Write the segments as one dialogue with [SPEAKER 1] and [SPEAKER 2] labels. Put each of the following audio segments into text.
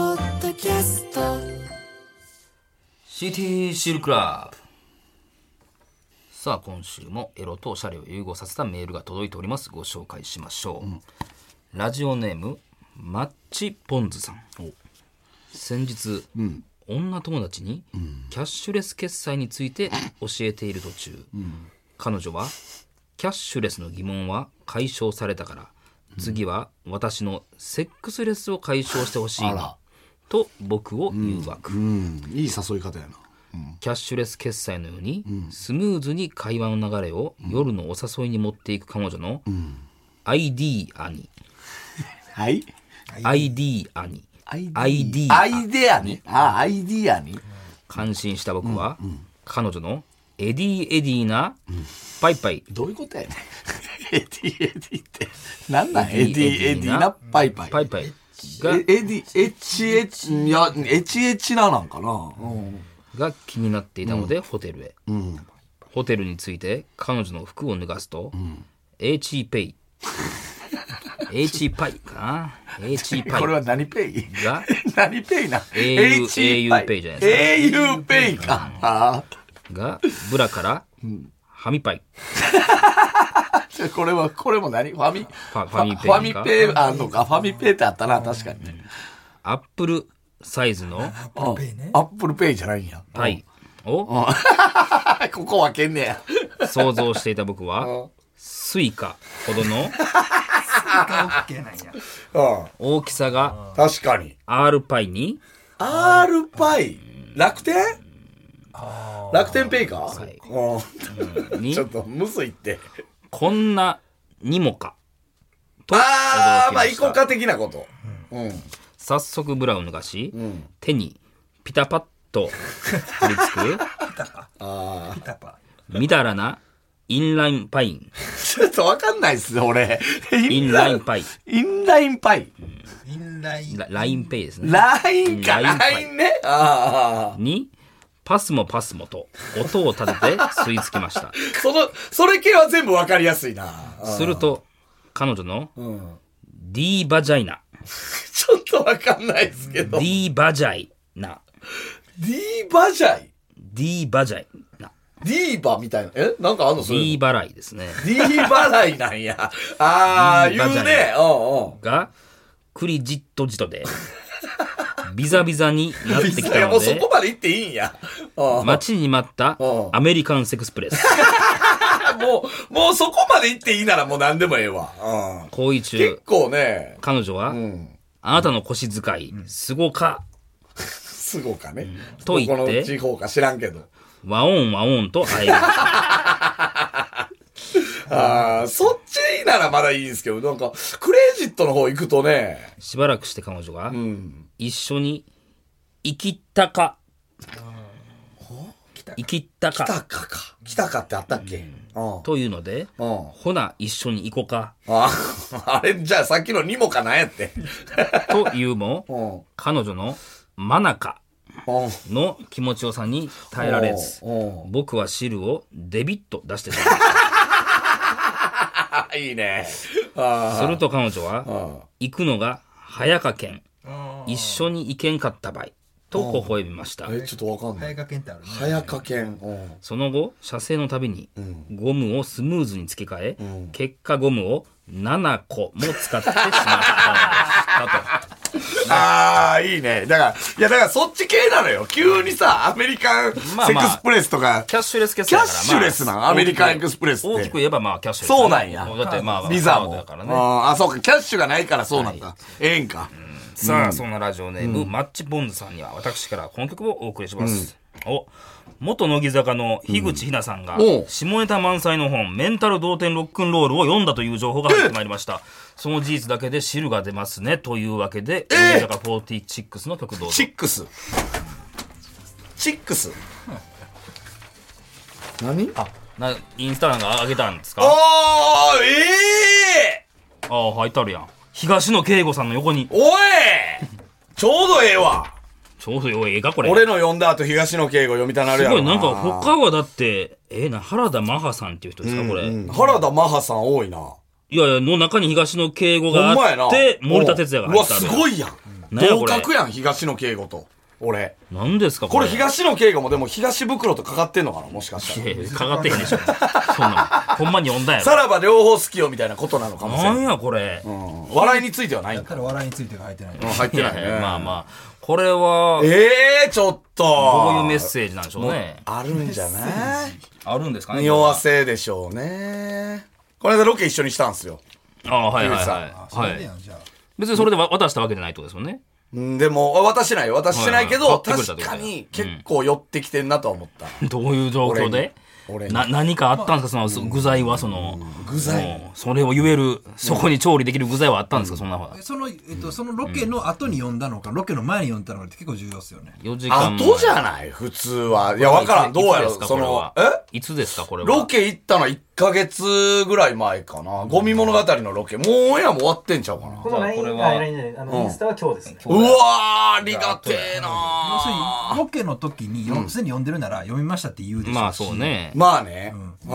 [SPEAKER 1] キャスト
[SPEAKER 2] CT シールクラブさあ今週もエロとおしゃれを融合させたメールが届いておりますご紹介しましょう、ラジオネームマッチポンズさん先日、女友達にキャッシュレス決済について教えている途中、彼女はキャッシュレスの疑問は解消されたから次は私のセックスレスを解消してほしい
[SPEAKER 3] あ
[SPEAKER 2] な
[SPEAKER 3] ら
[SPEAKER 2] と僕を誘惑、
[SPEAKER 3] うんいい誘い方やな
[SPEAKER 2] キャッシュレス決済のように、スムーズに会話の流れを夜のお誘いに持っていく彼女の、ID 兄、
[SPEAKER 3] はい
[SPEAKER 2] ID 兄、
[SPEAKER 3] ID ア
[SPEAKER 2] ID
[SPEAKER 3] イデアにあアイディアに
[SPEAKER 2] 感心した僕は、彼女のエディエディな、パイパイ、
[SPEAKER 3] どういうことやねんエディエディってなんなん
[SPEAKER 2] エ
[SPEAKER 3] エ
[SPEAKER 2] デ
[SPEAKER 3] デ
[SPEAKER 2] ィ
[SPEAKER 3] ィエディなパイパイ
[SPEAKER 2] パイパイが
[SPEAKER 3] えエディエチエチいやエチエチななんかな、うん
[SPEAKER 2] が気になっていたので、ホテルへ、ホテルに着いて彼女の服を脱がすと、H ペ イ H パイかな H パイ
[SPEAKER 3] これは何ペイ
[SPEAKER 2] が
[SPEAKER 3] 何ペイな
[SPEAKER 2] au
[SPEAKER 3] H
[SPEAKER 2] au ペイじゃないで
[SPEAKER 3] au ペイかあ
[SPEAKER 2] がブラからはみパイ
[SPEAKER 3] ーじゃあ これはこれも何ファミ
[SPEAKER 2] ァファミペイ
[SPEAKER 3] ファミペイあんのかファミペイってあったな確かにね
[SPEAKER 2] アップルサイズの
[SPEAKER 3] アップルペイねアップルペイじゃないんや
[SPEAKER 2] パイを
[SPEAKER 3] あ ここ分けんねや
[SPEAKER 2] 想像していた僕はスイカほどの
[SPEAKER 3] うん
[SPEAKER 2] 大きさが
[SPEAKER 3] 確かに
[SPEAKER 2] R パイに
[SPEAKER 3] R パイ楽天楽天ペイかうん
[SPEAKER 2] に
[SPEAKER 3] ちょっとむずいって
[SPEAKER 2] こんなにもかと
[SPEAKER 3] ああ
[SPEAKER 2] 驚
[SPEAKER 3] ま
[SPEAKER 2] きま
[SPEAKER 3] あ
[SPEAKER 2] し
[SPEAKER 3] イ
[SPEAKER 2] た
[SPEAKER 3] コカ的なことうん
[SPEAKER 2] 早速ブラを脱がし手にピタパッと取り付くみだらなインラインパイン
[SPEAKER 3] ちょっと分かんないっす俺
[SPEAKER 2] インラインパイ
[SPEAKER 3] インラインパイ
[SPEAKER 4] インライン
[SPEAKER 2] ララインペイですね
[SPEAKER 3] ラインか
[SPEAKER 2] ラインパイ
[SPEAKER 3] ラインねああ
[SPEAKER 2] にパスもパスもと音を立てて吸い付きました
[SPEAKER 3] そのそれ系は全部分かりやすいな
[SPEAKER 2] すると彼女の D バジャイナ
[SPEAKER 3] ちょっと分かんないっすけど
[SPEAKER 2] D バジャイナ
[SPEAKER 3] D バジャイ
[SPEAKER 2] D バジャイナ
[SPEAKER 3] D バみたいなえなんかあんのそれ
[SPEAKER 2] D 払いですね
[SPEAKER 3] D 払いなんや。ああ、
[SPEAKER 2] D
[SPEAKER 3] 言う
[SPEAKER 2] 払い
[SPEAKER 3] ね。おう
[SPEAKER 2] がクリジットジトでビザビザにな
[SPEAKER 3] お
[SPEAKER 2] っ
[SPEAKER 3] う。
[SPEAKER 2] て
[SPEAKER 3] い
[SPEAKER 2] きた
[SPEAKER 3] やも
[SPEAKER 2] の
[SPEAKER 3] うそ
[SPEAKER 2] で
[SPEAKER 3] こまで行っていいんや。うん
[SPEAKER 2] 待ちに待った
[SPEAKER 3] うん
[SPEAKER 2] アメリカンセクスプレス
[SPEAKER 3] もう、もうそこまで行っていいならもう何でもええわ。うん
[SPEAKER 2] 行為 中
[SPEAKER 3] 結構ね、
[SPEAKER 2] 彼女は、
[SPEAKER 3] ん
[SPEAKER 2] あなたの腰使いすごか
[SPEAKER 3] すごかね。
[SPEAKER 2] と言って
[SPEAKER 3] どこの地方か知らんけど。
[SPEAKER 2] 和音和音と会える
[SPEAKER 3] ああ、そっちならまだいいんですけど、なんか、クレジットの方行くとね、
[SPEAKER 2] しばらくして彼女が、
[SPEAKER 3] ん
[SPEAKER 2] 一緒に生きったか生きった
[SPEAKER 3] 来
[SPEAKER 2] か
[SPEAKER 3] たかか。来たかってあったっけうん。
[SPEAKER 2] というので、
[SPEAKER 3] うん。
[SPEAKER 2] ほな一緒に行こか
[SPEAKER 3] あ、 あれ、じゃあさっきのにもかなんやって。
[SPEAKER 2] というも、
[SPEAKER 3] うん。うん。
[SPEAKER 2] 彼女のマナカの気持ちよさに耐えられず、
[SPEAKER 3] うんうん
[SPEAKER 2] 僕は汁をデビッと出してしまった。
[SPEAKER 3] あ、いいね。あ
[SPEAKER 2] すると彼女は、
[SPEAKER 3] あ。
[SPEAKER 2] 行くのが早かけん、一緒に行けんかった場合、と微笑みました。
[SPEAKER 3] え、ちょっとわかんな
[SPEAKER 4] 早
[SPEAKER 3] い。
[SPEAKER 4] 掛けんってあるね
[SPEAKER 3] 早かけん。うん
[SPEAKER 2] その後、射精のたびに、ゴムをスムーズに付け替え、結果ゴムを7個も使ってしまったのでしたと。
[SPEAKER 3] ああ、いいね。だから、いや、だからそっち系なのよ。急にさ、アメリカンセ
[SPEAKER 2] まあま
[SPEAKER 3] ッ
[SPEAKER 2] あ
[SPEAKER 3] クスプレスとか、
[SPEAKER 2] キャッシュレス決済だから、
[SPEAKER 3] キャッシュレスなんアメリカンエクスプレスって
[SPEAKER 2] 大きく言えばまあキャッシュレス。
[SPEAKER 3] そうなんや
[SPEAKER 2] だってまあ、
[SPEAKER 3] ビザ
[SPEAKER 2] カードだ
[SPEAKER 3] も。
[SPEAKER 2] から
[SPEAKER 3] う
[SPEAKER 2] ね。
[SPEAKER 3] んあ、そうか、キャッシュがないからそうなんだ。ええんか。
[SPEAKER 2] さあ、そんなラジオネーム、マッチボンズさんには私からこの曲をお送りします。お元乃木坂の樋口日奈さんが
[SPEAKER 3] おう
[SPEAKER 2] 下ネタ満載の本「メンタル同点ロックンロール」を読んだという情報が入ってまいりましたその事実だけで汁が出ますねというわけで乃木坂46の曲どうぞ
[SPEAKER 3] チックス。チックス。何あ、
[SPEAKER 2] なインスタなんか上げたんですか
[SPEAKER 3] あー、ええ
[SPEAKER 2] ああ入ってあるやん東野圭吾さんの横に
[SPEAKER 3] おいちょうどええわ
[SPEAKER 2] ちょうどよいええかこれ
[SPEAKER 3] 俺の読んだ後、東野圭吾読みたなる
[SPEAKER 2] す
[SPEAKER 3] や
[SPEAKER 2] ご
[SPEAKER 3] ろ
[SPEAKER 2] いなんか他はだってえーな原田マハさんっていう人ですかこれ、
[SPEAKER 3] うん原田マハさん多いな。
[SPEAKER 2] いやいやの中に東野圭吾が
[SPEAKER 3] ほんまや
[SPEAKER 2] あ
[SPEAKER 3] な
[SPEAKER 2] って森田哲也が
[SPEAKER 3] う
[SPEAKER 2] 入
[SPEAKER 3] わ、
[SPEAKER 2] ってある
[SPEAKER 3] すごいやん。
[SPEAKER 2] 何やこ
[SPEAKER 3] 同
[SPEAKER 2] れ
[SPEAKER 3] 格やん、東野敬吾と。俺。
[SPEAKER 2] 何ですかこ
[SPEAKER 3] こ
[SPEAKER 2] れ
[SPEAKER 3] れ東野敬吾もでも東袋とかかってんのかなもしかしたら。
[SPEAKER 2] いやかかってへんでし ょそんなんほんまに読んだや
[SPEAKER 3] さ
[SPEAKER 2] ろ
[SPEAKER 3] らば両方好きよみたいなことなのかもしれ
[SPEAKER 2] 何
[SPEAKER 3] ない。
[SPEAKER 2] やこれ、
[SPEAKER 3] うん笑いについてはないん
[SPEAKER 1] た
[SPEAKER 3] か。
[SPEAKER 1] だ笑いについてが入ってない。
[SPEAKER 3] 入っ
[SPEAKER 2] い
[SPEAKER 3] て
[SPEAKER 2] や
[SPEAKER 3] ないい
[SPEAKER 2] や
[SPEAKER 3] ね。
[SPEAKER 2] まあまあこれは
[SPEAKER 3] ええ、ちょっと。
[SPEAKER 2] どういうメッ
[SPEAKER 3] ジ
[SPEAKER 2] セージなんでしょうね
[SPEAKER 3] あるんじゃない
[SPEAKER 2] あるんですかね
[SPEAKER 3] 匂わせでしょうね。この間ロケ一緒にしたんですよ。
[SPEAKER 2] ああはい
[SPEAKER 3] ゆ
[SPEAKER 2] はい
[SPEAKER 3] うさ
[SPEAKER 1] そ
[SPEAKER 2] はい、
[SPEAKER 1] れで
[SPEAKER 2] は
[SPEAKER 1] や
[SPEAKER 2] い、
[SPEAKER 1] ん、じゃあ。
[SPEAKER 2] 別にそれでわ渡したわけじゃないってことですもんね
[SPEAKER 3] うんでも、渡してないよ。渡してないけ
[SPEAKER 2] はいは
[SPEAKER 3] ど、
[SPEAKER 2] い買ってくれた
[SPEAKER 3] 確
[SPEAKER 2] ってこと
[SPEAKER 3] か
[SPEAKER 2] だよ
[SPEAKER 3] に結構寄ってきてんなとは思った。
[SPEAKER 2] どういう状況で
[SPEAKER 3] 俺に
[SPEAKER 2] な何かあったんですかその具材はその具材それを言えるそこに調理できる具材はあったんですかそんなのは
[SPEAKER 1] えその、えっと、そのロケの後に呼んだのか、ロケの前に呼んだのかって結構重要ですよね。
[SPEAKER 2] 4時間前
[SPEAKER 3] 後じゃない普通は。いや、わからん。どうや
[SPEAKER 2] いつで
[SPEAKER 3] ろ
[SPEAKER 2] すか
[SPEAKER 3] そ
[SPEAKER 2] これ
[SPEAKER 3] の
[SPEAKER 2] は、
[SPEAKER 3] え
[SPEAKER 2] いつですかこれは
[SPEAKER 3] ロケ行ったのは1ヶ月ぐらい前かな。ゴミ物語のロケ。もうオンエアも終わってんちゃうかな。
[SPEAKER 4] この LINE
[SPEAKER 2] じゃあこれは
[SPEAKER 4] あ LINE じゃないあのインスタは今日ですね。
[SPEAKER 3] うわー、ありがてえ
[SPEAKER 1] 要するに
[SPEAKER 3] な、
[SPEAKER 1] ロケの時に、よすでに呼んでるなら、読みましたって言うでしょし。
[SPEAKER 2] まあそう。ね
[SPEAKER 3] まあね。うん。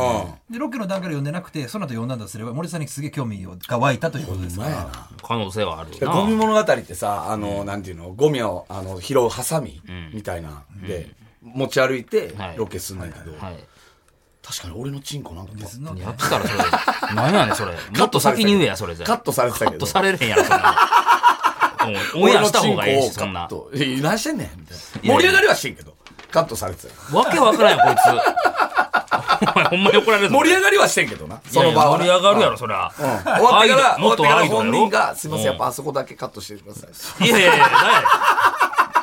[SPEAKER 1] で、ロケの段階で呼んでなくて、その後呼んだんだとすれば、森さんにすげえ興味が湧いたということですから。
[SPEAKER 2] 可能性はある
[SPEAKER 3] でゴミ
[SPEAKER 2] な
[SPEAKER 3] 物語ってさ、あの、なんていうの、ゴミをあの拾うハサミみたいな、で、持ち歩いて
[SPEAKER 2] はい
[SPEAKER 3] ロケすんねんけど、
[SPEAKER 2] はい
[SPEAKER 3] 確かに俺のチンコなんか
[SPEAKER 1] ですので
[SPEAKER 2] やったらそれ何やねんそれもっと先に言えやそれじゃ
[SPEAKER 3] カットされてた
[SPEAKER 2] カ
[SPEAKER 3] け
[SPEAKER 2] ッ
[SPEAKER 3] ど
[SPEAKER 2] ト。されるへんやろそんな うんオンエアした方がええしそんな
[SPEAKER 3] 俺のチンコをカットいや何してんねんみたい
[SPEAKER 2] いや
[SPEAKER 3] な。盛り上がりはしてんけど、カットされてたよ。
[SPEAKER 2] わけわからんよこいつ お前ほんまに怒られるぞ
[SPEAKER 3] 盛り上がりはしてんけどな、その
[SPEAKER 2] いやい
[SPEAKER 3] 場
[SPEAKER 2] や
[SPEAKER 3] は
[SPEAKER 2] 盛
[SPEAKER 3] な。
[SPEAKER 2] り上がるやろそりゃ
[SPEAKER 3] うん終わってから、
[SPEAKER 2] アイド
[SPEAKER 3] 終
[SPEAKER 2] ル
[SPEAKER 3] わってか
[SPEAKER 2] 元ア
[SPEAKER 3] ら
[SPEAKER 2] イドルや
[SPEAKER 3] 本
[SPEAKER 2] ろ
[SPEAKER 3] 人が、すいません、
[SPEAKER 2] うん
[SPEAKER 3] やっぱあそこだけカットしてください。
[SPEAKER 2] いやいやいや、誰や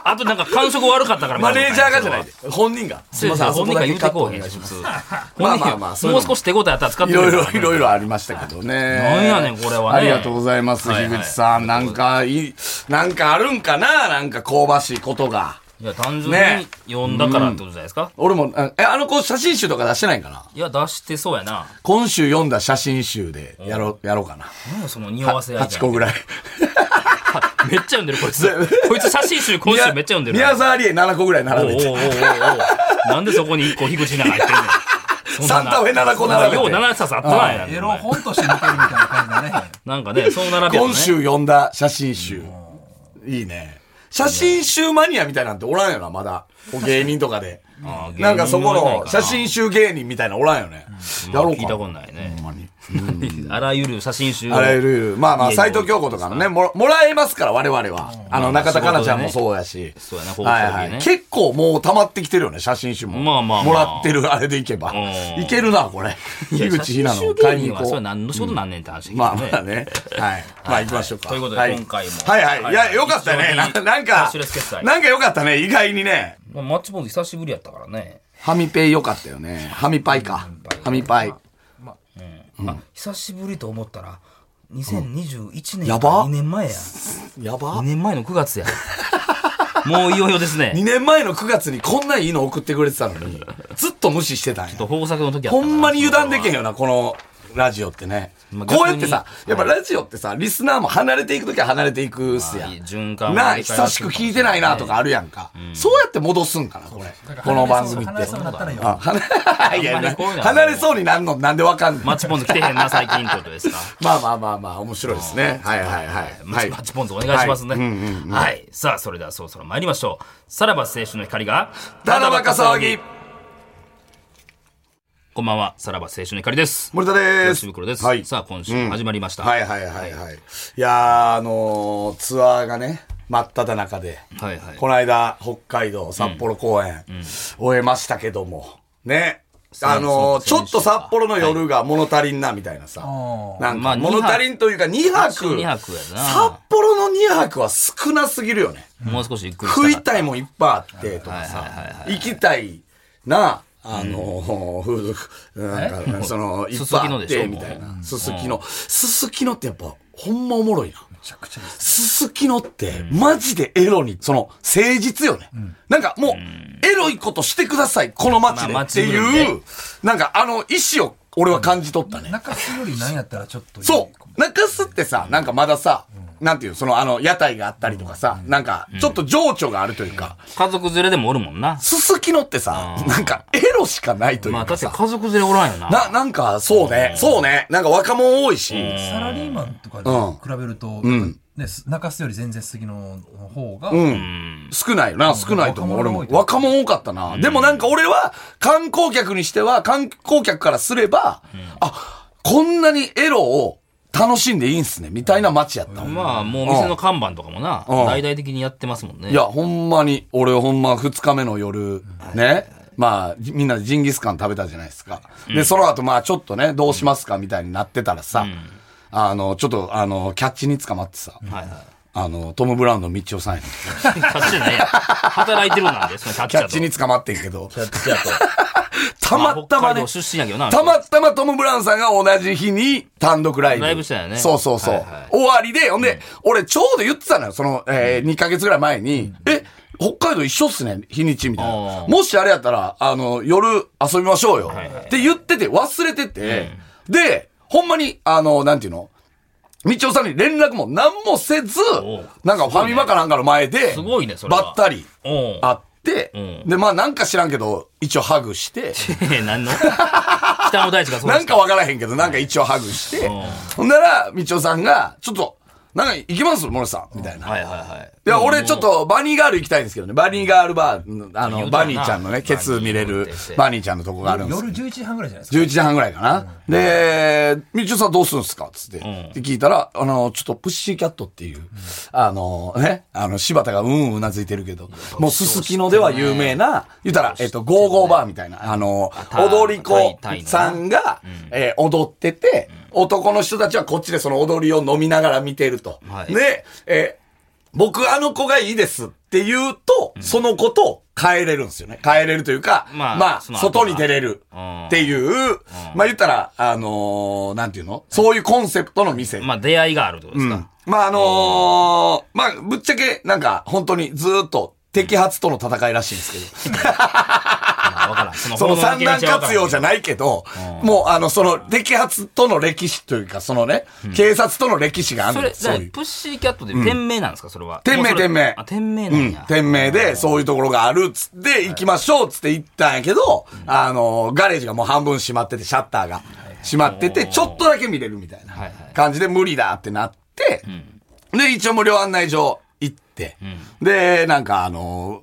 [SPEAKER 2] あとなんか感触悪かったからみた
[SPEAKER 3] マ
[SPEAKER 2] いな
[SPEAKER 3] ネージャーがじゃないで。本人が。す
[SPEAKER 2] そ
[SPEAKER 3] い
[SPEAKER 2] れ
[SPEAKER 3] ませ
[SPEAKER 2] は
[SPEAKER 3] ん、あそ
[SPEAKER 2] 本
[SPEAKER 3] こ
[SPEAKER 2] 人
[SPEAKER 3] だけカ
[SPEAKER 2] から言うて
[SPEAKER 3] ット
[SPEAKER 2] こ
[SPEAKER 3] お
[SPEAKER 2] うへん
[SPEAKER 3] 願い
[SPEAKER 2] 普
[SPEAKER 3] します
[SPEAKER 2] 通。
[SPEAKER 3] ま
[SPEAKER 2] 本
[SPEAKER 3] あ
[SPEAKER 2] 人
[SPEAKER 3] まあまあそういう
[SPEAKER 2] も
[SPEAKER 3] の
[SPEAKER 2] う少し手応えあったら使って
[SPEAKER 3] い
[SPEAKER 2] くれ
[SPEAKER 3] ろ
[SPEAKER 2] よ
[SPEAKER 3] いろ、いろいろありましたけどね。
[SPEAKER 2] なんやねんこれはね
[SPEAKER 3] ありがとうございます、
[SPEAKER 2] はいはい
[SPEAKER 3] 樋口さん。なんか、いい、なんかあるんかななんか香ばしいことが。
[SPEAKER 2] いや単純
[SPEAKER 3] ね
[SPEAKER 2] に呼んだからってことじゃないですか、
[SPEAKER 3] 俺も、あえ、あの子写真集とか出してないんかない
[SPEAKER 2] や出してそうやな
[SPEAKER 3] 今週読んだ写真集でやろ、うやろうかな。
[SPEAKER 2] 何やその匂わせ合い
[SPEAKER 3] 8個ぐ
[SPEAKER 2] らい
[SPEAKER 3] らい。
[SPEAKER 2] めっちゃ読んでる こいつこいつ写真集今週めっちゃ読んでる
[SPEAKER 3] 宮沢りえ7個ぐらい
[SPEAKER 2] おうお
[SPEAKER 3] 並
[SPEAKER 2] うおう
[SPEAKER 3] べて。
[SPEAKER 2] おうおうなんでそこに1個樋口なんか入ってんねん
[SPEAKER 3] サンタフェ7個並
[SPEAKER 2] よ
[SPEAKER 3] べ
[SPEAKER 2] う
[SPEAKER 3] て。
[SPEAKER 2] 7冊あったなや
[SPEAKER 1] エロ本として見てるみたいな感じだね。
[SPEAKER 2] なん かねその並びやとね
[SPEAKER 3] 今週読んだ写真集。いいね。写真集マニアみたいなんておらんよな、まだ。芸人とかで。
[SPEAKER 2] あー
[SPEAKER 3] なんかそこ
[SPEAKER 2] 芸人もいない
[SPEAKER 3] の
[SPEAKER 2] かな
[SPEAKER 3] 写真集芸人みたいなのおらんよね。やろう
[SPEAKER 2] 聞いた
[SPEAKER 3] か
[SPEAKER 2] ことないね
[SPEAKER 3] ほんまに。
[SPEAKER 2] あらゆる写真集を
[SPEAKER 3] あらゆる、まあま
[SPEAKER 2] い
[SPEAKER 3] あ、
[SPEAKER 2] や
[SPEAKER 3] 斎藤京子とかのね、もらもらえますから、我々は。あの、中田香菜ちゃんもそうやし。
[SPEAKER 2] そうやな高校生
[SPEAKER 3] はいは
[SPEAKER 2] ね
[SPEAKER 3] い。結構もう溜まってきてるよね、写真集も。
[SPEAKER 2] まあまあまあ
[SPEAKER 3] もらってるあれでいけば
[SPEAKER 2] うん。
[SPEAKER 3] いけるな、これ。
[SPEAKER 2] いや
[SPEAKER 3] 樋口ひな
[SPEAKER 2] 写真
[SPEAKER 3] の
[SPEAKER 2] 集
[SPEAKER 3] 買いに
[SPEAKER 2] 芸
[SPEAKER 3] 行
[SPEAKER 2] 人はそれ
[SPEAKER 3] こ
[SPEAKER 2] は
[SPEAKER 3] う。
[SPEAKER 2] 何の仕事なんねんって話だけど
[SPEAKER 3] まあまあね。はい。まあ行きましょうか。
[SPEAKER 2] ということで
[SPEAKER 3] は
[SPEAKER 2] 今回も
[SPEAKER 3] はいはい。い
[SPEAKER 2] は
[SPEAKER 3] や、
[SPEAKER 2] い
[SPEAKER 3] よかったね。な
[SPEAKER 2] 非常に
[SPEAKER 3] なん
[SPEAKER 2] キャッ
[SPEAKER 3] か
[SPEAKER 2] シュレス決、済
[SPEAKER 3] なんかよかったね、意外にね。
[SPEAKER 2] まあマッチポンズ久しぶりやったからね、
[SPEAKER 3] ハミペイよかったよね。ハミパイか。ハミパイ。
[SPEAKER 2] あ久しぶりと思ったら2021年
[SPEAKER 3] やば
[SPEAKER 2] 2年前や
[SPEAKER 3] や
[SPEAKER 2] 2
[SPEAKER 3] ば。
[SPEAKER 2] 年前の9月や もういよいよですね
[SPEAKER 3] 2年前の9月にこんないいの送ってくれてたのに、ずっと無視してたんや。
[SPEAKER 2] 豊作の時やった
[SPEAKER 3] ほ
[SPEAKER 2] かなん
[SPEAKER 3] まに油断できへんよな、このラジオってね。
[SPEAKER 2] まあ
[SPEAKER 3] こうやってさ
[SPEAKER 2] 逆、に
[SPEAKER 3] やっぱラジオってさ、リスナーも離れていくときは離れていくっすや
[SPEAKER 2] まあ
[SPEAKER 3] ん。
[SPEAKER 2] いい循環を
[SPEAKER 3] なあ、
[SPEAKER 2] 繰り返す
[SPEAKER 3] 久しく聞いてないなとかあるやんか。そうやって戻すんかな、これ。この番組って。
[SPEAKER 1] 話そうになったらよ。
[SPEAKER 3] あ 離いや
[SPEAKER 2] あんまりこういうのはね
[SPEAKER 3] 離れそうになんのなんでわかんない。
[SPEAKER 2] マッチポンズ来てへんな最近ってことですか
[SPEAKER 3] まあまあまあまあ、面白いですね。はいはい
[SPEAKER 2] マ
[SPEAKER 3] は
[SPEAKER 2] ッ
[SPEAKER 3] い。
[SPEAKER 2] チマ
[SPEAKER 3] は
[SPEAKER 2] ッ
[SPEAKER 3] い
[SPEAKER 2] チポンズお願いしますねはい、さあそれではそろそろ参りましょうさらば青春の光が
[SPEAKER 3] ただバカ騒ぎ
[SPEAKER 2] こんばんはさらば青春の光です
[SPEAKER 3] 森田で
[SPEAKER 2] 吉
[SPEAKER 3] す。
[SPEAKER 2] 袋です、
[SPEAKER 3] はい。
[SPEAKER 2] さあ今週も始まりました、
[SPEAKER 3] はいはいはいはい。いやー、あのー、ツアーがね、真っ只中で。
[SPEAKER 2] はいはい
[SPEAKER 3] この間、北海道、札幌公演、終えましたけども、ね。あのー、ち
[SPEAKER 2] そう
[SPEAKER 3] ょ
[SPEAKER 2] そう
[SPEAKER 3] っと札幌の夜が物足りんな、みたいなさ。
[SPEAKER 1] はい
[SPEAKER 3] なん
[SPEAKER 2] まあ
[SPEAKER 3] か、物足りんというか、2泊。
[SPEAKER 2] 二泊やな
[SPEAKER 3] 札幌の2泊は少なすぎるよね。
[SPEAKER 2] もう少しゆっくりしたか
[SPEAKER 3] 食
[SPEAKER 2] った
[SPEAKER 3] いたいもんいっぱいあって、とか
[SPEAKER 2] は
[SPEAKER 3] さ
[SPEAKER 2] いはいはいは、
[SPEAKER 3] 行きたいな、あのー、風俗、なんか、その、いっ
[SPEAKER 2] すす
[SPEAKER 3] ぱ
[SPEAKER 2] き
[SPEAKER 3] いあ
[SPEAKER 2] の
[SPEAKER 3] っ
[SPEAKER 2] でしょ
[SPEAKER 3] て、みたいな。すすきの。すすきのってやっぱ、ほんまおもろいな。
[SPEAKER 1] めちゃくちゃいいで
[SPEAKER 3] す
[SPEAKER 1] す。
[SPEAKER 3] すきのって、マジでエロに、その、誠実よね。なんかもう、エロいことしてください、この街で
[SPEAKER 2] まあ
[SPEAKER 3] って
[SPEAKER 2] 街ぐる
[SPEAKER 3] いう、なんかあの意思を俺は感じ取ったね。
[SPEAKER 1] 中洲よりなんやったらちょっといいかも
[SPEAKER 3] そう。中洲ってさ、なんかまださ、なんていう、そのあの、屋台があったりとかさ、なんか、ちょっと情緒があるというか、
[SPEAKER 2] 家族連れでもおるもんな
[SPEAKER 3] すすきのってさ、なんかエロしかないとい
[SPEAKER 2] まあ
[SPEAKER 3] うか
[SPEAKER 2] 確かに
[SPEAKER 3] さ、
[SPEAKER 2] 家族連れおらんよな
[SPEAKER 3] な、なんかそうね、そうね、なんか若者多いし、
[SPEAKER 1] サラリーマンとか
[SPEAKER 3] うん
[SPEAKER 1] で比べると、なんかね、す中洲より全然杉野の方が、
[SPEAKER 3] うん。少ないな、少ないと思う。俺
[SPEAKER 1] 若者が多
[SPEAKER 3] も
[SPEAKER 1] い。と
[SPEAKER 3] 若者多かったな。でもなんか俺は、観光客にしては、観光客からすれば、あ、こんなにエロを楽しんでいいんすね、みたいな街やったもん。
[SPEAKER 2] まあ、もう店の看板とかもな、
[SPEAKER 3] うん
[SPEAKER 2] 大々的にやってますもんね。
[SPEAKER 3] いや、ほんまに、俺ほんま二日目の夜、ね。まあ、じみんなでジンギスカン食べたじゃないですか。で、その後、まあ、ちょっとね、どうしますかみたいになってたらさ、あの、ちょっと、あの、キャッチに捕まってさ、
[SPEAKER 2] はいはい。
[SPEAKER 3] あの、トム・ブラウンの道夫さんやねん
[SPEAKER 2] キャッチじゃないやん働いてるなんで、そのキャッチ
[SPEAKER 3] キ
[SPEAKER 2] や
[SPEAKER 3] ャッ
[SPEAKER 2] と。
[SPEAKER 3] チに捕まってんけど、
[SPEAKER 2] キャッチやと。
[SPEAKER 3] たまたま
[SPEAKER 2] 北海
[SPEAKER 3] ね
[SPEAKER 2] 道、出身やけどな。
[SPEAKER 3] たまたまトム・ブラウンさんが同じ日に単独ライブ。
[SPEAKER 2] ライブしたよね
[SPEAKER 3] そうそうそう。
[SPEAKER 2] はいはい
[SPEAKER 3] 終わりで、ほんで、俺ちょうど言ってたのよ。その、えー、2ヶ月ぐらい前に、え、北海道一緒っすね、日にちみたい
[SPEAKER 2] あ
[SPEAKER 3] な。
[SPEAKER 2] ー
[SPEAKER 3] もしあれやったら、あの、夜遊びましょうよ。
[SPEAKER 2] はいはい
[SPEAKER 3] って言ってて、忘れてて、で、ほんまに、あの、なんていうのみちおさんに連絡も何もせず
[SPEAKER 2] おう、
[SPEAKER 3] なんかファミマかなんかの前で、
[SPEAKER 2] すごいねそれは
[SPEAKER 3] ばったり、
[SPEAKER 2] おう
[SPEAKER 3] 会って、
[SPEAKER 2] うん
[SPEAKER 3] で、まあなんか知らんけど、一応ハグ して、
[SPEAKER 2] え、何の北野大地がそう
[SPEAKER 3] な
[SPEAKER 2] で
[SPEAKER 3] ん
[SPEAKER 2] す
[SPEAKER 3] かわからへんけど、なんか一応ハグして、
[SPEAKER 2] ん
[SPEAKER 3] ほんなら、みちおさんが、ちょっと、なんか行きます森さんみたいな。い
[SPEAKER 2] はいはいはい。
[SPEAKER 3] や、俺ちょっとバニーガール行きたいんですけどね。バニーガールバー、あ
[SPEAKER 2] 言
[SPEAKER 3] の、
[SPEAKER 2] うた
[SPEAKER 3] バ
[SPEAKER 2] な
[SPEAKER 3] ニーちゃんのね、ケツ見れ
[SPEAKER 2] バニ
[SPEAKER 3] る
[SPEAKER 2] ーって言って、
[SPEAKER 3] バニーちゃんのとこがあるんです
[SPEAKER 1] 夜11時半ぐらいじゃないですか。
[SPEAKER 3] 11時半ぐらいかな。で、みちおさんどうするんですかつって。で聞いたら、あの、ちょっとプッシーキャットっていう、あのね、あの、柴田がうんうんうなずいてるけど、もうすすきのでは有名な、言ったら、えっと、ゴーゴーバーみたいな、あの、
[SPEAKER 2] タイ
[SPEAKER 3] 踊り子
[SPEAKER 2] タイのな
[SPEAKER 3] さんが、えー踊ってて、男の人たちはこっちでその踊りを飲みながら見てると。
[SPEAKER 2] はい
[SPEAKER 3] で、えー僕あの子がいいですって言うと、その子と帰れるんですよね。帰れるというか、
[SPEAKER 2] ま
[SPEAKER 3] ま
[SPEAKER 2] あ
[SPEAKER 3] あ、
[SPEAKER 2] その後
[SPEAKER 3] 外に出れる
[SPEAKER 2] うん
[SPEAKER 3] っていう、まあ言ったら、あのーなんていうのそういうコンセプトの店。
[SPEAKER 2] まあ、出会いがあるってことです
[SPEAKER 3] うん
[SPEAKER 2] か。
[SPEAKER 3] まああのーまあぶっちゃけ、なんか本当にずーっと摘発との戦いらしいん ですけど、
[SPEAKER 2] まあわからん。そ の
[SPEAKER 3] その三段活用じゃ
[SPEAKER 2] い。
[SPEAKER 3] ないけど、もうあの、その摘発との歴史というか、そのね、警察との歴史がある
[SPEAKER 2] そ
[SPEAKER 3] ん
[SPEAKER 2] れ、
[SPEAKER 3] ですそういう
[SPEAKER 2] プッシーキャットで店名なんですか、それは。
[SPEAKER 3] 店名
[SPEAKER 2] もうそれ
[SPEAKER 3] 店名
[SPEAKER 2] あ、店名
[SPEAKER 3] う
[SPEAKER 2] なん
[SPEAKER 3] ん
[SPEAKER 2] や。。
[SPEAKER 3] 店名で、そういうところがあるっつって、行きましょうっつって行ったんやけど、あの、ガレージがもう半分閉まってて、シャッターが閉まってて、ちょっとだけ見れるみたいな
[SPEAKER 2] はいはい
[SPEAKER 3] 感じで無理だってなって、で、一応無料案内所行って、で、なんかあの、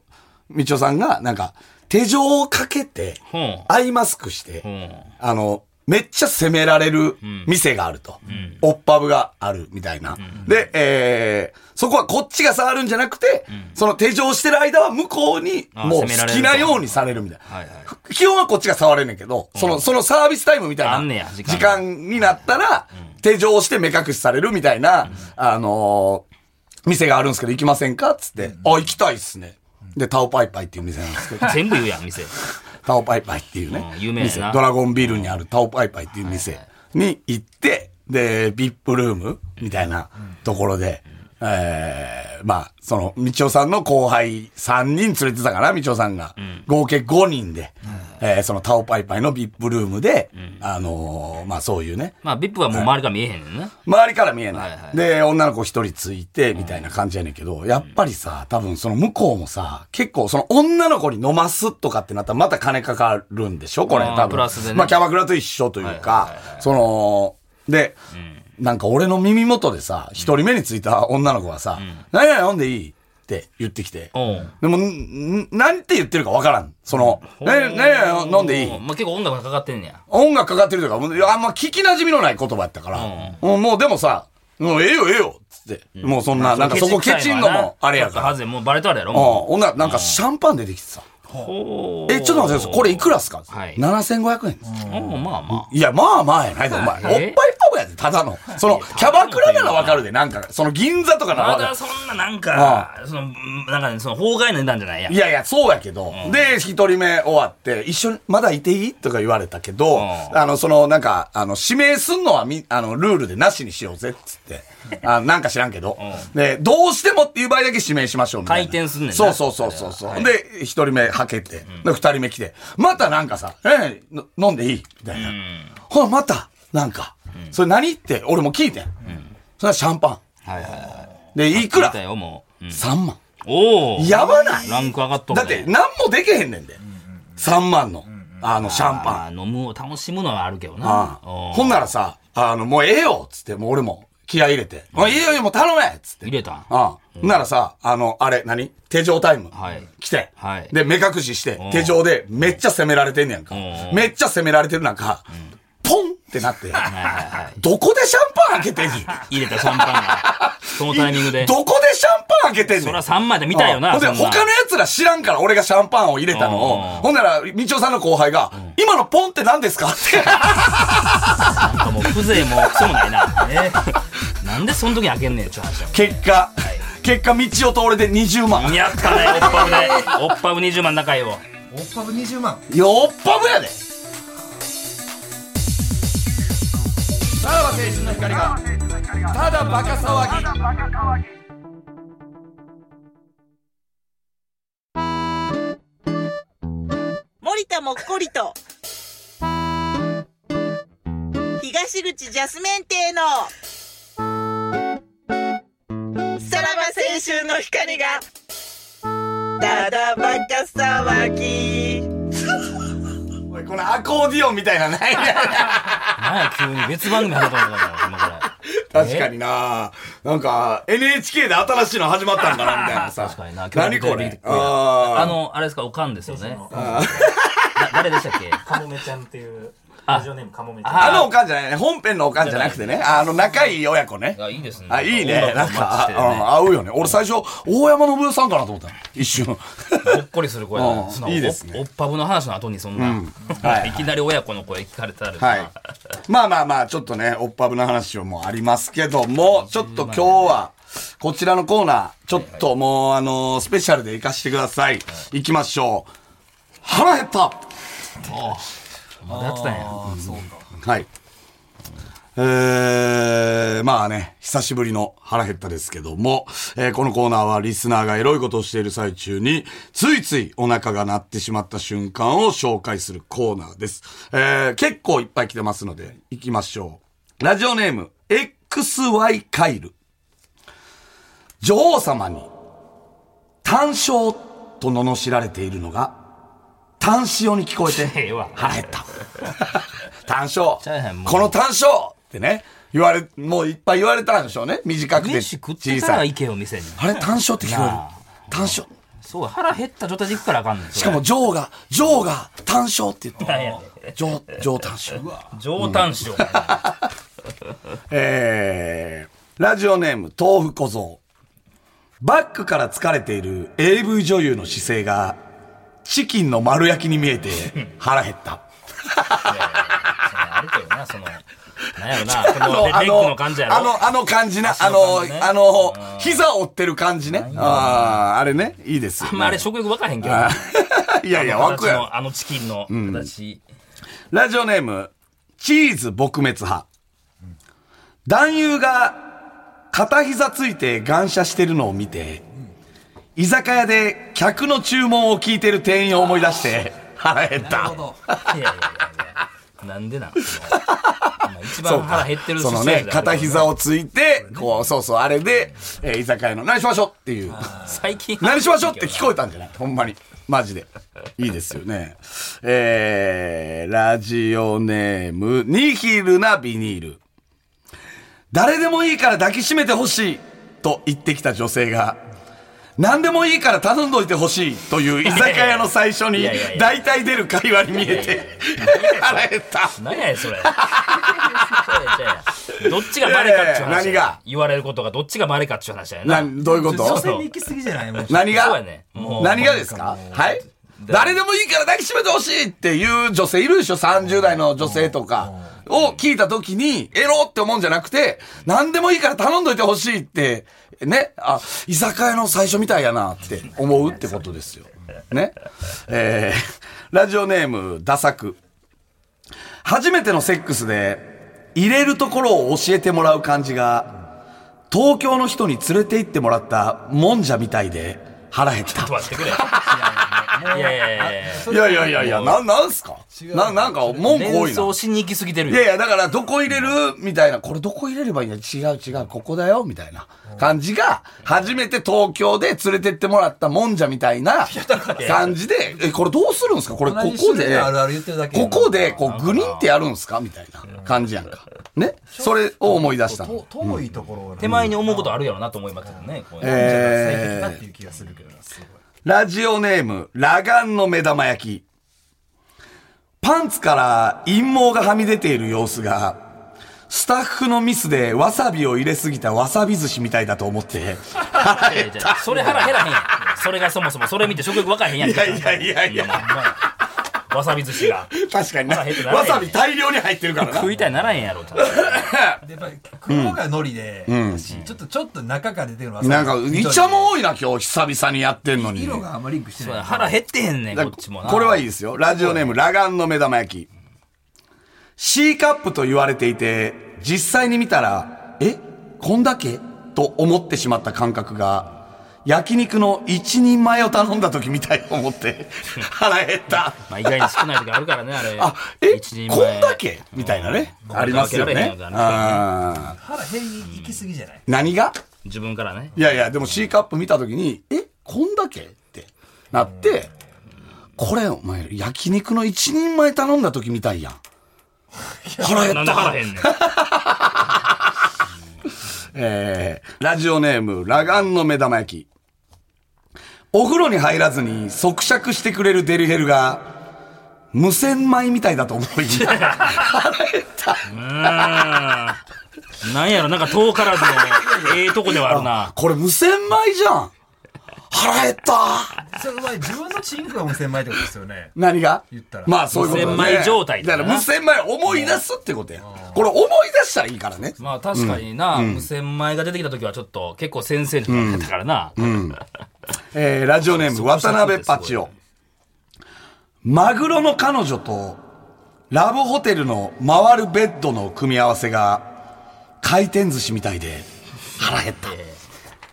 [SPEAKER 3] みちおさんが、なんか、手錠をかけて
[SPEAKER 2] うん、
[SPEAKER 3] アイマスクして、
[SPEAKER 2] うん。
[SPEAKER 3] あの、めっちゃ攻められる店があると。オッパブがあるみたいな。で、えー、そこはこっちが触るんじゃなくて、その手錠してる間は向こうに
[SPEAKER 2] あ
[SPEAKER 3] もう
[SPEAKER 2] 攻めら
[SPEAKER 3] 好
[SPEAKER 2] れる
[SPEAKER 3] き
[SPEAKER 2] と
[SPEAKER 3] なようにされるみたいな。
[SPEAKER 2] はいはい。
[SPEAKER 3] 基本はこっちが触れんねんけど、その、そのサービスタイムみたい
[SPEAKER 2] あんねや
[SPEAKER 3] な
[SPEAKER 2] 時
[SPEAKER 3] 時
[SPEAKER 2] 間
[SPEAKER 3] 間になったら、手錠して目隠しされるみたいな、あのー店があるんですけど行きませんかつって、あ、行きたいっすね。で、タオパイパイっていう店なんですけど。
[SPEAKER 2] 全部言うやん、店。
[SPEAKER 3] タオパイパイっていうね
[SPEAKER 2] う、ん有名やな
[SPEAKER 3] 店、ドラゴンビールにあるタオパイパイっていう店に行って、で、ビップルームみたいなところで、えー、まあ、その、みちおさんの後輩3人連れてたかな、みちおさんが。合計5人で、えーそのタオパイパイのビップルームで、あのーまあそういうね、
[SPEAKER 2] まあ、ビップはもう周りから見えへんねんな。
[SPEAKER 3] 周りから見えない。
[SPEAKER 2] はいはい
[SPEAKER 3] で、女の子一人ついて、みたいな感じやねんけど、やっぱりさ、多分その向こうもさ、結構その女の子に飲ますとかってなったらまた金かかるんでしょこれ
[SPEAKER 2] あー
[SPEAKER 3] 多分。
[SPEAKER 2] プラスでね
[SPEAKER 3] まあキャバクラと一緒という
[SPEAKER 2] はい
[SPEAKER 3] か、その、で、なんか俺の耳元でさ、一人目についた女の子がさ、何々飲んでいいって言ってきて。
[SPEAKER 2] おうん。
[SPEAKER 3] でも、んん何て言ってるかわからん。その、何々飲んでいい
[SPEAKER 2] まあ、結構音楽がかかってんねや。
[SPEAKER 3] 音楽かかってるとか、もうあんま聞き馴染みのない言葉やったから、うんもうでもさ、もうええよええよっつって、もうそんな、なんかそこケチんのもあれやか
[SPEAKER 2] ちょっと
[SPEAKER 3] ら。
[SPEAKER 2] はずいもうバレたらやろ。
[SPEAKER 3] うん、
[SPEAKER 2] も
[SPEAKER 3] 女、なんかシャンパン出てきてさ、
[SPEAKER 2] う
[SPEAKER 3] え、ちょっと待ってください、これいくらっすか、
[SPEAKER 2] はい
[SPEAKER 3] ?7500 円です。
[SPEAKER 2] おうまあま
[SPEAKER 3] いや、まあまあやないで、お前。おっぱいパブやで、ただの。その、キャバクラならわかるで、なんか、その銀座とかなら
[SPEAKER 2] あ。
[SPEAKER 3] わ
[SPEAKER 2] ま
[SPEAKER 3] か
[SPEAKER 2] だ
[SPEAKER 3] る。
[SPEAKER 2] そんななんか、その、なんかね、その、法外な値段じゃないやん
[SPEAKER 3] い。やいや、そうやけど。で、一人目終わって、一緒に、まだいていいとか言われたけど、
[SPEAKER 2] ん
[SPEAKER 3] あの、その、なんか、あの、指名すんのはみ、あの、ルールでなしにしようぜ、っつって。あなんか知らんけど、で、どうしてもっていう場合だけ指名しましょう、みたいな。
[SPEAKER 2] 回転すんねんな
[SPEAKER 3] そうそうそうそうそう。
[SPEAKER 2] はい
[SPEAKER 3] で、一人目はけて、で、二人目来て、またなんかさ、えーの飲んでいいみたいな。ほら、また、なんか、それ何って、俺も聞いてん。それはシャンパ
[SPEAKER 2] はいはいはい。
[SPEAKER 3] ン。で、いくら
[SPEAKER 2] 聞たよ、もう。うん
[SPEAKER 3] ?3 万。
[SPEAKER 2] おお
[SPEAKER 3] やばない
[SPEAKER 2] ランク上がっとる
[SPEAKER 3] だっ
[SPEAKER 2] ね
[SPEAKER 3] て、何もできへんねんで。3万の、あの、シャンパン。
[SPEAKER 2] あー飲むを楽しむのはあるけどな
[SPEAKER 3] ああ。ほんならさ、あの、もうええよっつって、もう俺も、気合い入れて。おいいいよいいよ、もう頼めっつって。
[SPEAKER 2] 入れたん
[SPEAKER 3] ああならさ、あの、あれ、何手錠タイム。
[SPEAKER 2] はい
[SPEAKER 3] 来て。
[SPEAKER 2] はい
[SPEAKER 3] で、目隠しして
[SPEAKER 2] ん、
[SPEAKER 3] 手錠でめっちゃ攻められてんねやんか
[SPEAKER 2] う。ん
[SPEAKER 3] めっちゃ攻められてる中、ポンってな って、
[SPEAKER 2] はいはい
[SPEAKER 3] どこでシャンパン開けてんねん。
[SPEAKER 2] 入れたシャンパンがそのタイミングで
[SPEAKER 3] どこでシャンパン開けてんね
[SPEAKER 2] そ
[SPEAKER 3] ん。
[SPEAKER 2] ら3枚で見たよな
[SPEAKER 3] うんほんで、
[SPEAKER 2] そんな
[SPEAKER 3] 他の奴ら知らんから俺がシャンパンを入れたのを
[SPEAKER 2] うん、
[SPEAKER 3] ほんなら、みちおさんの後輩が、今のポンって何ですか って。
[SPEAKER 2] なんかもう風情もクソもないな、ね、なんでその時に開けんねんちゅう話や
[SPEAKER 3] 結果、結果、みちおと俺で20万。
[SPEAKER 2] やったねおっぱぶでおっぱぶ20万仲いいよ
[SPEAKER 1] オッパブ20万
[SPEAKER 3] よっぱぶやでさらば青春の光がただバカ騒ぎ
[SPEAKER 5] 森田もっこりと東口ジャスメン亭のさらば青春の光がただバカ騒ぎ
[SPEAKER 3] おいこのアコーディオンみたいなのない
[SPEAKER 2] 何や急に別番組始まったんだから今から
[SPEAKER 3] 確かにななんか NHK で新しいの始まったんかなみたいなさ
[SPEAKER 2] 確かにな
[SPEAKER 3] 何こ
[SPEAKER 2] 今日
[SPEAKER 3] れ
[SPEAKER 2] のあ
[SPEAKER 3] あ
[SPEAKER 2] のあれですかおかんですよね
[SPEAKER 4] そうそう
[SPEAKER 2] な誰でしたっけ
[SPEAKER 4] カモメちゃんっていう、
[SPEAKER 2] あ
[SPEAKER 4] ラジオネームカモメちゃん。
[SPEAKER 3] ーあのおかんじゃないね本編のおかんじゃなくてねあの仲いい親子ね
[SPEAKER 2] あいいですね
[SPEAKER 3] あいいねなんか、うん
[SPEAKER 2] あ
[SPEAKER 3] 合うよね俺最初大山信代さんかなと思った一 瞬
[SPEAKER 2] ほっこりする声だ
[SPEAKER 3] う
[SPEAKER 2] ね
[SPEAKER 3] ん
[SPEAKER 2] その
[SPEAKER 3] いいですね
[SPEAKER 2] おおっぱぶの話の後にそんな、
[SPEAKER 3] はい
[SPEAKER 2] いきなり親子の声聞かれたら
[SPEAKER 3] は。
[SPEAKER 2] ない
[SPEAKER 3] まあまあまあ、ちょっとね、おっぱぶの話もありますけども、ちょっと今日は、こちらのコーナー、ちょっともう、あのースペシャルで行かしてください。行きましょう。腹減った
[SPEAKER 2] まだやってたんや
[SPEAKER 3] はい。えー、まあね、久しぶりの腹減ったですけども、えーこのコーナーはリスナーがエロいことをしている最中に、ついついお腹が鳴ってしまった瞬間を紹介するコーナーです。えー結構いっぱい来てますので、行きましょう。ラジオネーム、XY カイル。女王様に、単勝と罵られているのが、単塩に聞こえ
[SPEAKER 2] ええ
[SPEAKER 3] て
[SPEAKER 2] わ、
[SPEAKER 3] 腹減った。単勝
[SPEAKER 2] ちゃうやんも。う
[SPEAKER 3] この単勝ってね、言われ、もういっぱい言われたんでしょうね。短くて
[SPEAKER 2] 飯食って
[SPEAKER 3] 小
[SPEAKER 2] から
[SPEAKER 3] さい。
[SPEAKER 2] 行けよ店に
[SPEAKER 3] あれ単勝って聞こえる
[SPEAKER 2] なあ。
[SPEAKER 3] 単勝。
[SPEAKER 2] そう腹減った状態で行くからあかんねん
[SPEAKER 3] しかも、ジョーが、ジョーが単勝って言
[SPEAKER 2] なんや
[SPEAKER 3] って。ジョー、ジョー単勝。
[SPEAKER 2] 上短しよう
[SPEAKER 3] えー、ラジオネーム、豆腐小僧。バックから疲れている AV 女優の姿勢が、チキンの丸焼きに見えて腹減った。
[SPEAKER 2] あるけどなそのな んやろな
[SPEAKER 3] あ
[SPEAKER 2] このレ
[SPEAKER 3] の、あ
[SPEAKER 2] レッグ
[SPEAKER 3] の
[SPEAKER 2] の感じや、ろ
[SPEAKER 3] あの、あの感じな、あ
[SPEAKER 2] の
[SPEAKER 3] の
[SPEAKER 2] 感じね、
[SPEAKER 3] あの、膝折ってる感じね。ああ、あれね、いいですよね。
[SPEAKER 2] まあ、あれ食欲わかへんけど
[SPEAKER 3] あー いやいや、
[SPEAKER 2] あの
[SPEAKER 3] 枠
[SPEAKER 2] 形
[SPEAKER 3] や
[SPEAKER 2] の
[SPEAKER 3] ろ。
[SPEAKER 2] あのチキンの形、
[SPEAKER 3] ラジオネーム、チーズ撲滅派。男優が片膝ついて感謝してるのを見て、居酒屋で客の注文を聞いてる店員を思い出 して腹減った。
[SPEAKER 2] いやいやいやいやなんでなんそのまあ一番腹減ってる
[SPEAKER 3] その
[SPEAKER 2] 姿勢
[SPEAKER 3] ね、
[SPEAKER 2] だ
[SPEAKER 3] 片膝をついて、こう、そうそう、あれで、えー居酒屋の何しましょうっていう。
[SPEAKER 2] 最近
[SPEAKER 3] 何しましょうって聞こえたんじゃないほんまに。マジで。いいですよね。えー、ラジオネーム、ニヒルなビニール。誰でもいいから抱きしめてほしいと言ってきた女性が、何でもいいから頼んどいてほしいという居酒屋の最初
[SPEAKER 2] い
[SPEAKER 3] に
[SPEAKER 2] やいやいや
[SPEAKER 3] 大体出る会話に見えて、 腹減った。
[SPEAKER 2] 何やねんそれいやいやいやどっちがバレかっち
[SPEAKER 3] いやい
[SPEAKER 2] ゅう話や
[SPEAKER 3] や何が
[SPEAKER 2] 言われることがどっちがバレかっちゅう話や
[SPEAKER 3] な
[SPEAKER 2] な
[SPEAKER 3] んどういうこ
[SPEAKER 1] 女
[SPEAKER 3] と
[SPEAKER 1] 性に行き過ぎじゃないもう
[SPEAKER 3] 何
[SPEAKER 2] そうや
[SPEAKER 3] が、
[SPEAKER 2] ねもう
[SPEAKER 3] 何がですかはい誰でもいいから抱きしめてほしいっていう女性いるでしょ ?30 代の女性とかを聞いたときに、エロって思うんじゃなくて、何でもいいから頼んどいてほしいって、ね、あ、居酒屋の最初みたいやなって思うってことですよ。ね。えー、ラジオネーム、ダサク。初めてのセックスで、入れるところを教えてもらう感じが、東京の人に連れて行ってもらったもんじゃみたいで腹減った。
[SPEAKER 2] 待ってくれ。いやいやいやいや
[SPEAKER 3] いやいやいやいや、な、なんすかな、なんか文句多
[SPEAKER 2] 連
[SPEAKER 3] いな
[SPEAKER 2] 想。しに行きすぎてる
[SPEAKER 3] い
[SPEAKER 2] よ
[SPEAKER 3] やいや、だから、どこ入れるみたいな、これどこ入れればいいんだ違う違う、ここだよみたいな感じが、初めて東京で連れてってもらったもんじゃみたいな感じで、え、これどうするんですかこれこ
[SPEAKER 1] 同じ
[SPEAKER 3] こ
[SPEAKER 1] 種類
[SPEAKER 3] で
[SPEAKER 1] の、あるある言ってるだけ
[SPEAKER 3] こ
[SPEAKER 1] やん
[SPEAKER 3] こで、こう、グリンってやるんすかみたいな感じやんか。ねそれを思い出したの
[SPEAKER 1] と。遠いところをね
[SPEAKER 2] 手前に思うことあるやろなと思いますけどねこういうの
[SPEAKER 1] 最適
[SPEAKER 3] え
[SPEAKER 1] だ
[SPEAKER 3] ー
[SPEAKER 1] っていう気がするけどなすごい
[SPEAKER 3] ラジオネーム、ラガンの目玉焼き。パンツから陰毛がはみ出ている様子が、スタッフのミスでわさびを入れすぎたわさび寿司みたいだと思って。
[SPEAKER 2] いやいやいやそれ腹減らへんやんそれがそもそもそれ見て食欲わかへんやん
[SPEAKER 3] いやいやいやいや
[SPEAKER 2] ほんまやわさび 寿司が
[SPEAKER 3] 確かにな
[SPEAKER 2] 腹減ってない
[SPEAKER 3] わさび大量に入ってるからな。
[SPEAKER 2] 食いたいならへんやろと
[SPEAKER 1] でやっぱり黒がノリで、ちょっとちょっと中から出てるのは
[SPEAKER 3] なんか、イチャ
[SPEAKER 1] も
[SPEAKER 3] も多いな、今日、久々にやってんのに。
[SPEAKER 1] 色があんまリンクしてない
[SPEAKER 2] 腹減ってへんねんこ
[SPEAKER 3] だ
[SPEAKER 2] っちもな
[SPEAKER 3] これはいいですよ。ラジオネーム、ラガンの目玉焼き。C カップと言われていて、実際に見たら、えこんだけと思ってしまった感覚が、焼肉の一人前を頼んだ時みたいと思 って、腹減った。
[SPEAKER 2] まあ意外に少ない時あるからねあれ
[SPEAKER 3] あ、え
[SPEAKER 2] 一人
[SPEAKER 3] こ
[SPEAKER 2] 前
[SPEAKER 3] んだけみたいなね。
[SPEAKER 2] うん
[SPEAKER 3] ありますよ
[SPEAKER 2] 僕だ
[SPEAKER 3] ね
[SPEAKER 2] け。あれ
[SPEAKER 3] あー
[SPEAKER 1] 腹減り行き過ぎじゃない
[SPEAKER 3] 何が
[SPEAKER 2] 自分からね
[SPEAKER 3] いやいや、でも C カップ見たときに、え、こんだけってなって、これ、お前、焼肉の一人前頼んだときみたいやん。腹減
[SPEAKER 2] なん
[SPEAKER 3] っ
[SPEAKER 2] で腹
[SPEAKER 3] た
[SPEAKER 2] 減んねん
[SPEAKER 3] えー、ラジオネーム、ラガンの目玉焼き。お風呂に入らずに即尺してくれるデリヘルが、無洗米みたいだと思い、腹減った。
[SPEAKER 2] うんなんやろなんか遠から ずのええとこではあるな
[SPEAKER 3] これ無洗米じゃん。腹減った。
[SPEAKER 1] それは自分のチンコが無洗米ってことですよね
[SPEAKER 3] 何が
[SPEAKER 1] 言ったら
[SPEAKER 3] まあそういうことだね
[SPEAKER 2] 無洗米状態
[SPEAKER 3] だか
[SPEAKER 2] だな
[SPEAKER 3] ら無洗米思い出すってことや。これ思い出したらいいからね。
[SPEAKER 2] まあ確かにな、無洗米が出てきた時はちょっと結構先生とかやったからな、
[SPEAKER 3] えーラジオネーム、渡辺パチオ。マグロの彼女と、ラブホテルの回るベッドの組み合わせが、回転寿司みたいで、腹減った。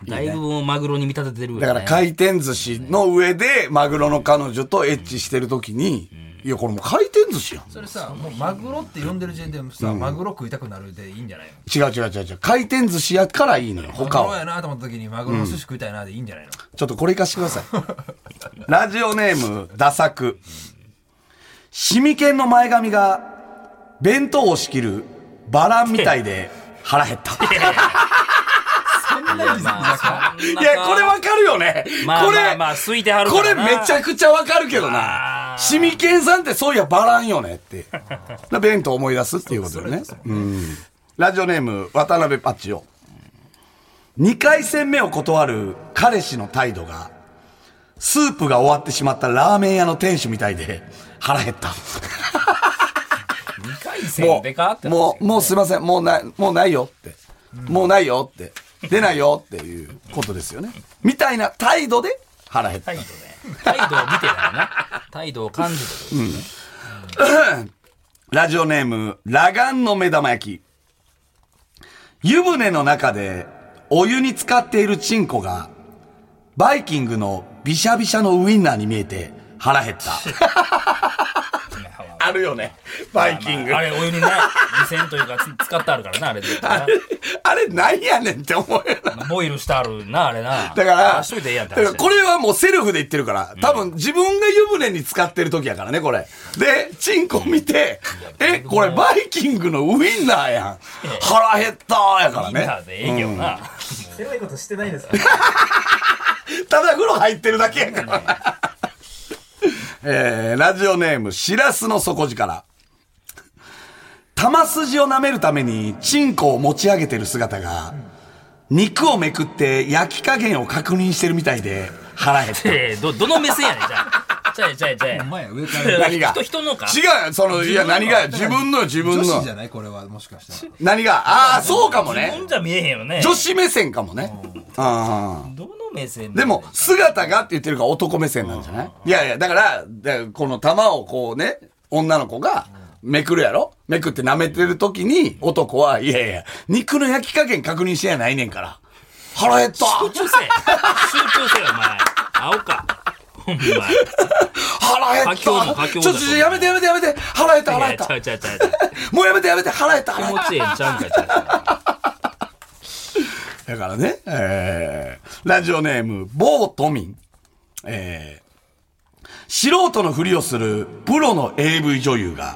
[SPEAKER 2] だいぶマグロに見立ててるよね
[SPEAKER 3] だから回転寿司の上で、マグロの彼女とエッチしてる時に、いや、これもう回転寿司やん。
[SPEAKER 1] それさもうマグロって呼んでる時点でさ、マグロ食いたくなるでいいんじゃないの
[SPEAKER 3] 違う違う違う違う。回転寿司やからいいのよ、
[SPEAKER 1] マグ
[SPEAKER 3] 他
[SPEAKER 1] ロ
[SPEAKER 3] は
[SPEAKER 1] や。なと思った時にマグロの寿司食いたいなでいいんじゃないの、
[SPEAKER 3] ちょっとこれいかしてください。ラジオネーム、ダサク。シミケンの前髪が、弁当を仕切るバランみたいで腹減った。
[SPEAKER 1] そんなに
[SPEAKER 2] まあそんない
[SPEAKER 3] や、これわかるよね。
[SPEAKER 2] まあ
[SPEAKER 3] これ、
[SPEAKER 2] まあまあ空いてはるか
[SPEAKER 3] これ
[SPEAKER 2] らな
[SPEAKER 3] めちゃくちゃわかるけど
[SPEAKER 2] あ
[SPEAKER 3] な。
[SPEAKER 2] ー
[SPEAKER 3] シミケンさんってそういやバランよねって。だから弁当思い出すっていうことよね。うんラジオネーム、渡辺パッチオ。2回戦目を断る彼氏の態度が、スープが終わってしまったラーメン屋の店主みたいで腹減った。
[SPEAKER 2] 2回
[SPEAKER 3] も
[SPEAKER 2] 戦でかって
[SPEAKER 3] う、もう、もうすいません。もうない、もうないよって。もうないよって。出ないよっていうことですよね。みたいな態度で腹減った
[SPEAKER 2] 態。度ね態度を見てたよな態度を感じてる、
[SPEAKER 3] ラジオネーム、ラガンの目玉焼き。湯船の中で、お湯に浸かっているチンコが、バイキングのビシャビシャのウインナーに見えて腹減 った。あるよね。バイキング。
[SPEAKER 2] あれお湯にな湯煎というかつ使ってあるからなあれで
[SPEAKER 3] あれ、あれなんやねんって思うよな。
[SPEAKER 2] ボイルしてあるなあれ
[SPEAKER 3] だ
[SPEAKER 2] な
[SPEAKER 3] から、
[SPEAKER 2] あしといてええやんっ
[SPEAKER 3] だ
[SPEAKER 2] て
[SPEAKER 3] から
[SPEAKER 2] 話
[SPEAKER 3] これはもうセルフで言ってるから、多分自分が湯船に浸かってる時やからね、これ。で、チンコ見て、え、これバイキングのウインナーやん。腹減ったーやから
[SPEAKER 2] みんな
[SPEAKER 3] ね。
[SPEAKER 2] でええけどな、
[SPEAKER 4] エロいことしてないです
[SPEAKER 3] ただ風呂入ってるだけやからな。えー、ラジオネーム、しらすの底力。玉筋を舐めるためにチンコを持ち上げてる姿が、肉をめくって焼き加減を確認してるみたいで腹減った。
[SPEAKER 2] ええどどの目線やねんじゃあじゃあじゃあじゃ
[SPEAKER 1] お
[SPEAKER 2] あ
[SPEAKER 1] 前上から
[SPEAKER 3] 何が
[SPEAKER 2] 人人のか
[SPEAKER 3] 違うよそのいや何がよ自分のよ自分
[SPEAKER 1] 女
[SPEAKER 3] の
[SPEAKER 1] 子じゃないこれはもしかしたら
[SPEAKER 3] 何がああそうかも
[SPEAKER 2] ほ
[SPEAKER 3] ね
[SPEAKER 2] んじゃ見えへんよね
[SPEAKER 3] 女子目線かもねあ
[SPEAKER 2] どの目線
[SPEAKER 3] でも姿がって言ってるから男目線なんじゃないいやいやだからだからこの玉をこうね女の子がめくるやろめくって舐めてる時に男はいやいや肉の焼き加減確認してやないねんから腹減った
[SPEAKER 2] 集中せえ集中せえよお前青かほんま佳境だ佳境だ
[SPEAKER 3] ちょっとちょっとやめてやめてやめて払えた払えた
[SPEAKER 2] ちゃうちゃうちゃうちゃう。
[SPEAKER 3] もうやめてやめて払えた
[SPEAKER 2] 気
[SPEAKER 3] 払え
[SPEAKER 2] 持ちええんちゃうんかいちゃうちゃ
[SPEAKER 3] ただからね、えー、ラジオネーム某都民えー、素人のふりをするプロの AV 女優が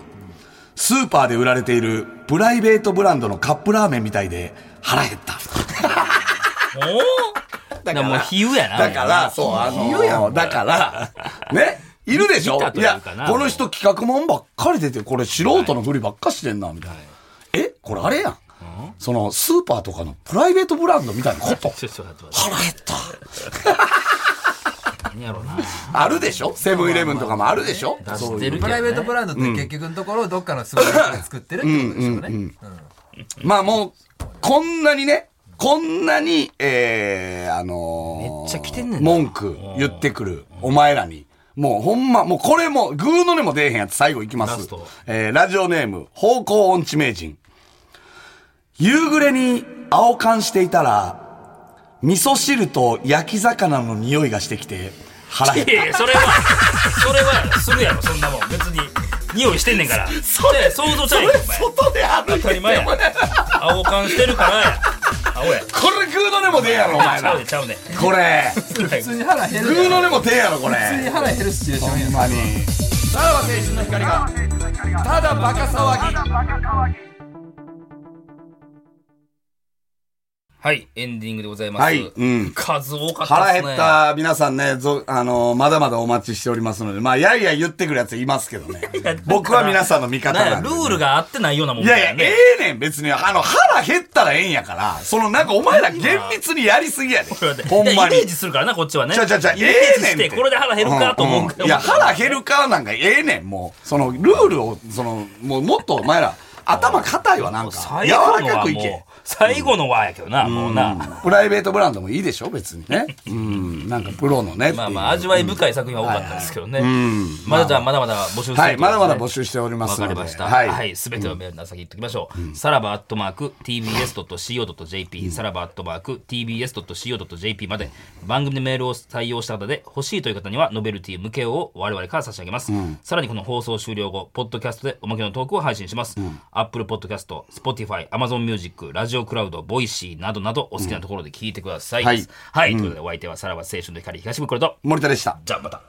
[SPEAKER 3] スーパーで売られているプライベートブランドのカップラーメンみたいで腹減った
[SPEAKER 2] うおおだからもう比喩やな。
[SPEAKER 3] だから、そう、あのだから、ね、いるでしょ
[SPEAKER 2] 見たと
[SPEAKER 3] い
[SPEAKER 2] いう
[SPEAKER 3] や
[SPEAKER 2] かな、
[SPEAKER 3] この人企画もんばっかり出て、これ素人のふりばっかしてんな、みたいな。えこれあれやん。その、スーパーとかのプライベートブランドみたいな こと。
[SPEAKER 2] ちょっと待って待
[SPEAKER 3] 腹減った。
[SPEAKER 2] って何やろうな。
[SPEAKER 3] あるでしょセブンイレブンとかもあるでしょ
[SPEAKER 2] 出
[SPEAKER 3] そう
[SPEAKER 2] し
[SPEAKER 3] い
[SPEAKER 2] て
[SPEAKER 3] う。
[SPEAKER 2] るけどね
[SPEAKER 1] プライベートブランドって結局のところどっかのすごい人が作ってるってことでしょうね。
[SPEAKER 3] まあもう、こんなにね、こんなに、えー、あのー
[SPEAKER 2] めっちゃ来てんねんな
[SPEAKER 3] 文句言ってくる、お前らに。もうほんま、もうこれも、グーの音も出えへんやつ、最後いきま
[SPEAKER 2] ラス
[SPEAKER 3] す
[SPEAKER 2] ト。
[SPEAKER 3] えー、ラジオネーム、方向音痴名人。夕暮れに青缶していたら、味噌汁と焼き魚の匂いがしてきて、腹減っ
[SPEAKER 2] いやいや、それは、それはするやろ、そんなもん。別に、匂いしてんねんから。それ、想像ちゃうやんけ、お前。
[SPEAKER 3] 外で歩い
[SPEAKER 2] 当た
[SPEAKER 3] て
[SPEAKER 2] り
[SPEAKER 3] て
[SPEAKER 2] 前 や。青缶してるからや。青や。
[SPEAKER 3] これグーの音も出えやろ、お前
[SPEAKER 2] ちゃ
[SPEAKER 3] ら
[SPEAKER 2] うね、。ちゃうね。
[SPEAKER 3] これ。
[SPEAKER 1] 普通に腹減
[SPEAKER 3] グ
[SPEAKER 1] る
[SPEAKER 3] ー
[SPEAKER 1] やん。
[SPEAKER 3] の音も出えやろ、これ。
[SPEAKER 1] 普通に腹減るシチュエーションやん。
[SPEAKER 3] ほんまにさらば青春の光がただバカ騒ぎ
[SPEAKER 2] はい、エンディングでございます。
[SPEAKER 3] はいうん
[SPEAKER 2] 数多かった
[SPEAKER 3] 腹
[SPEAKER 2] ですね。
[SPEAKER 3] 減った皆さんねぞあのまだまだお待ちしておりますのでまあやいやい言ってくるやついますけど ね僕は皆さんの味方
[SPEAKER 2] なん
[SPEAKER 3] な
[SPEAKER 2] や
[SPEAKER 3] んで
[SPEAKER 2] ルールが合ってないようなもん
[SPEAKER 3] い
[SPEAKER 2] だ
[SPEAKER 3] や
[SPEAKER 2] よ
[SPEAKER 3] い
[SPEAKER 2] ね
[SPEAKER 3] やええねん別にあの腹減ったらええんやからそのなんかお前ら厳密にやりすぎやでほんま
[SPEAKER 2] イメ
[SPEAKER 3] に
[SPEAKER 2] ージするからな、こっちはね。
[SPEAKER 3] ちゃうちゃうちゃう
[SPEAKER 2] イ
[SPEAKER 3] え
[SPEAKER 2] メ
[SPEAKER 3] え
[SPEAKER 2] ージ
[SPEAKER 3] ねん
[SPEAKER 2] して、
[SPEAKER 3] って
[SPEAKER 2] これで腹減るかと思うけど。
[SPEAKER 3] んんいや腹減るかなんかええねんもうそのルールをそのもうもっとお前ら頭硬いわなんか
[SPEAKER 2] 最
[SPEAKER 3] 柔
[SPEAKER 2] 後の
[SPEAKER 3] らか
[SPEAKER 2] は
[SPEAKER 3] くい
[SPEAKER 2] も
[SPEAKER 3] け
[SPEAKER 2] う、最後のはやけどな、もうな。
[SPEAKER 3] プライベートブランドもいいでしょ別にね。うん。なんかプロのね。
[SPEAKER 2] まあまあ、
[SPEAKER 3] ってい
[SPEAKER 2] 味わい深い作品は多かったですけどね。まだじゃあ、まだまだ募集する
[SPEAKER 3] うはい。まだまだ募集しておりま
[SPEAKER 2] わ
[SPEAKER 3] す
[SPEAKER 2] か
[SPEAKER 3] の
[SPEAKER 2] り
[SPEAKER 3] で。
[SPEAKER 2] ました。
[SPEAKER 3] は。
[SPEAKER 2] はいい。すべてのメールの先言っておきましょう。さらばアットマーク tbs.co.jp、さらばアットマーク tbs.co.jp まで、番組でメールを採用した方で、欲しいという方には、ノベルティ向けを我々から差し上げます。さらにこの放送終了後、ポッドキャストでおまけのトークを配信します。アップルポッドキャスト、Spotify、Amazon Music、ラジオクラウド、ボイシーなどなど、お好きなところで聞いてください。
[SPEAKER 3] はい
[SPEAKER 2] はい。ということで、お相手はさらば青春の光東袋と、
[SPEAKER 3] 森田でした。
[SPEAKER 2] じゃあまた。